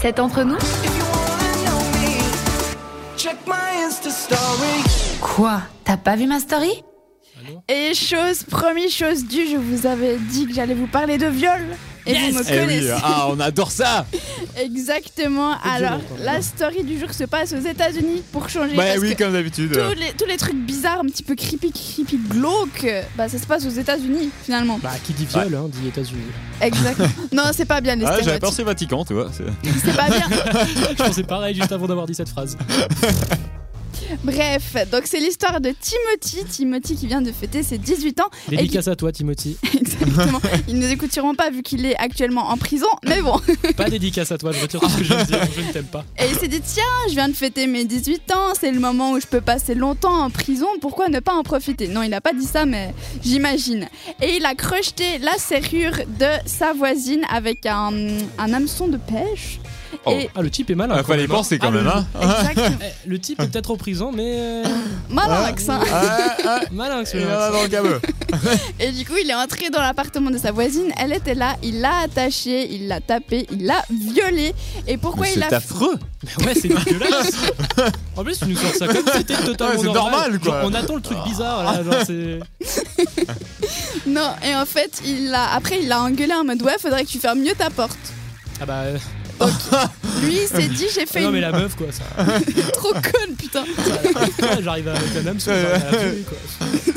C'est entre nous Quoi T'as pas vu ma story Et chose, première chose due, je vous avais dit que j'allais vous parler de viol. Et vous me Eh oui, connaissez. ah, on adore ça Exactement. Alors, la story du jour se passe aux États-Unis pour changer. Bah parce oui, que comme d'habitude. Ah, tous, les, tous les trucs bizarres, un petit peu creepy, creepy, glauque, bah ça se passe aux États-Unis finalement. Bah, qui dit viol, hein, dit États-Unis. Exactement. non, c'est pas bien les Ah, j'avais stéréotypes. peur c'est Vatican, tu vois. c'est- Ah, C'est pas bien. Je pensais pareil juste avant d'avoir dit cette phrase. Bref, donc c'est l'histoire de Timothy. Timothy qui vient de fêter ses 18 ans. Et qui- Dédicace à toi, Timothy. Exactement. Ils ne nous écouteront pas vu qu'il est actuellement en prison, mais bon. Pas dédicace à toi, je retire tout ce que je viens de dire, je ne t'aime pas. Et il s'est dit tiens, je viens de fêter mes 18 ans, c'est le moment où je peux passer longtemps en prison, pourquoi ne pas en profiter Non, il n'a pas dit ça, mais j'imagine. Et il a crocheté la serrure de sa voisine avec un, un hameçon de pêche. Oh. Et Ah, le type est malin. Ah, quand fallait même, y hein. penser quand Ah, même, le- hein exactement. Eh, Le type est peut-être en prison, mais. euh, malin, Maxin. Ah, ah, il Malin, y en celui-là. a dans le cabot. Et du coup, il est entré dans l'appartement de sa voisine, elle était là, il l'a attachée, il l'a tapée, il l'a violée. Et pourquoi Mais il a C'est affreux Mais ouais, c'est dégueulasse. en plus, tu nous sors ça comme si c'était totalement Ouais, c'est normal, quoi. Ah. Genre, on attend le truc bizarre, là. Genre, c'est. Non, et en fait, il l'a après il l'a engueulé en mode ouais, faudrait que tu fermes mieux ta porte. Ah bah. euh, Lui, il s'est dit j'ai fait non, mais une la meuf, quoi. Ça, trop conne, putain. ça, J'arrive avec un homme, j'arrive à la tuer, quoi.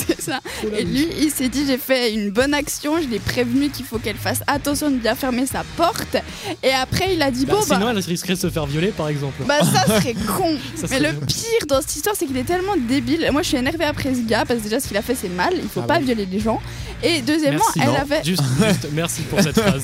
C'est ça. Oh là, Et lui, il s'est dit j'ai fait une bonne action, je l'ai prévenu qu'il faut qu'elle fasse attention de bien fermer sa porte. Et après, il a dit Bah, bon bah, sinon, elle risquerait de se faire violer, par exemple. bah, ça serait con. Ça Mais serait- le pire dans cette histoire, c'est qu'il est tellement débile. Moi, je suis énervée après ce gars parce que déjà ce qu'il a fait, c'est mal. Il faut Ah pas oui. violer les gens. Et deuxièmement, Merci, elle non. avait Juste, juste merci pour cette phrase.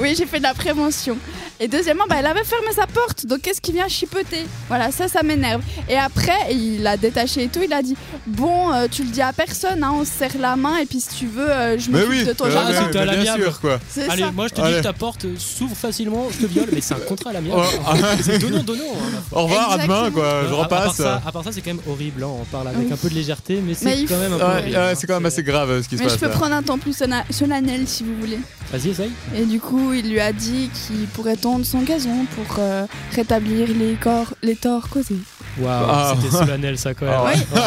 Oui, j'ai fait de la prévention. Et deuxièmement, bah, elle avait fermé sa porte, donc qu'est-ce qui vient chipoter Voilà, ça, ça m'énerve. Et après, il a détaché et tout, il a dit Bon, euh, tu le dis à personne, hein, on se serre la main, et puis si tu veux, euh, je Mais m'occupe oui Ah, de ton mais genre, oui, jardin. c'était à mais Bien l'amiable. sûr, quoi. C'est Allez, ça. moi je te dis Allez. que ta porte euh, s'ouvre facilement, je te viole, mais c'est un contrat à la mienne. Oh, ah, C'est donnant, donnant. hein, la Au revoir, à demain, quoi. Euh, Je Non, à- repasse. À, part ça, à part ça, c'est quand même horrible. hein, On parle avec Oui. un peu de légèreté, mais Mais c'est il quand même un peu Ouais, horrible. ouais, hein, c'est quand même assez grave euh, ce qui se Mais je passe. peux là. prendre un temps plus sona- solennel si vous voulez. Vas-y, essaye. Et du coup, il lui a dit qu'il pourrait tendre son gazon pour euh, rétablir les, corps, les torts causés. Waouh, Ah. c'était solennel ça quand même. Ah ouais.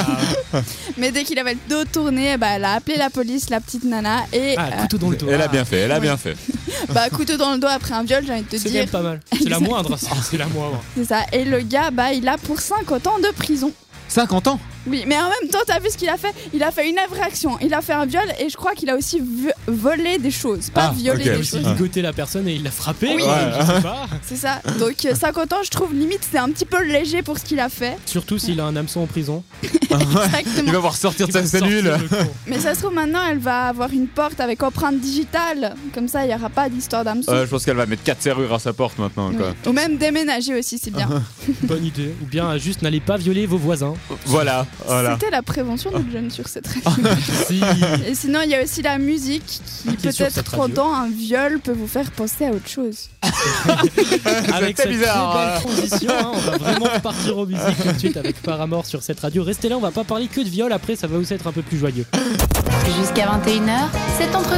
Waouh. Mais dès qu'il avait le dos tourné, bah, elle a appelé la police, la petite nana, et Ah, couteau dans le dos. Elle a bien fait, elle a Ouais. bien fait. euh, bah, couteau dans le dos après un viol, j'ai envie de te C'est quand dire. même pas mal. C'est la moindre. c'est- C'est la moindre. C'est ça. Et le gars, bah, il a pour 50 ans de prison. 50 ans Oui, mais en même temps, t'as vu ce qu'il a fait Il a fait une infraction, il a fait un viol et je crois qu'il a aussi vu- volé des choses, pas Ah, violé ok. Il a des aussi choses. Ah. ligoté la personne et il l'a frappé. Oui. Je sais pas. C'est ça. Donc euh, 50 ans, je trouve limite c'est un petit peu léger pour ce qu'il a fait. Surtout s'il a un hameçon en prison. Il Exactement. va voir sortir de Il va sa sortir cellule. le con. Mais ça se trouve maintenant, elle va avoir une porte avec empreinte digitale. Comme ça, il n'y aura pas d'histoire d'hameçon. Ouais, je pense qu'elle va mettre 4 serrures à sa porte maintenant. Oui. Quoi. Ou même déménager aussi, c'est bien. Bonne idée. Ou bien juste n'allez pas violer vos voisins. Voilà, voilà. Ah. C'était la prévention de jeunes sur cette radio. Si. Et sinon, il y a aussi la musique qui, Qui est sur peut-être cette radio. pendant un viol, peut vous faire penser à autre chose. Avec C'était cette bizarre, très belle transition, hein, on va vraiment repartir aux musiques tout de suite avec Paramore sur cette radio. Restez là, on va pas parler que de viol, après ça va aussi être un peu plus joyeux. Jusqu'à 21h, c'est entre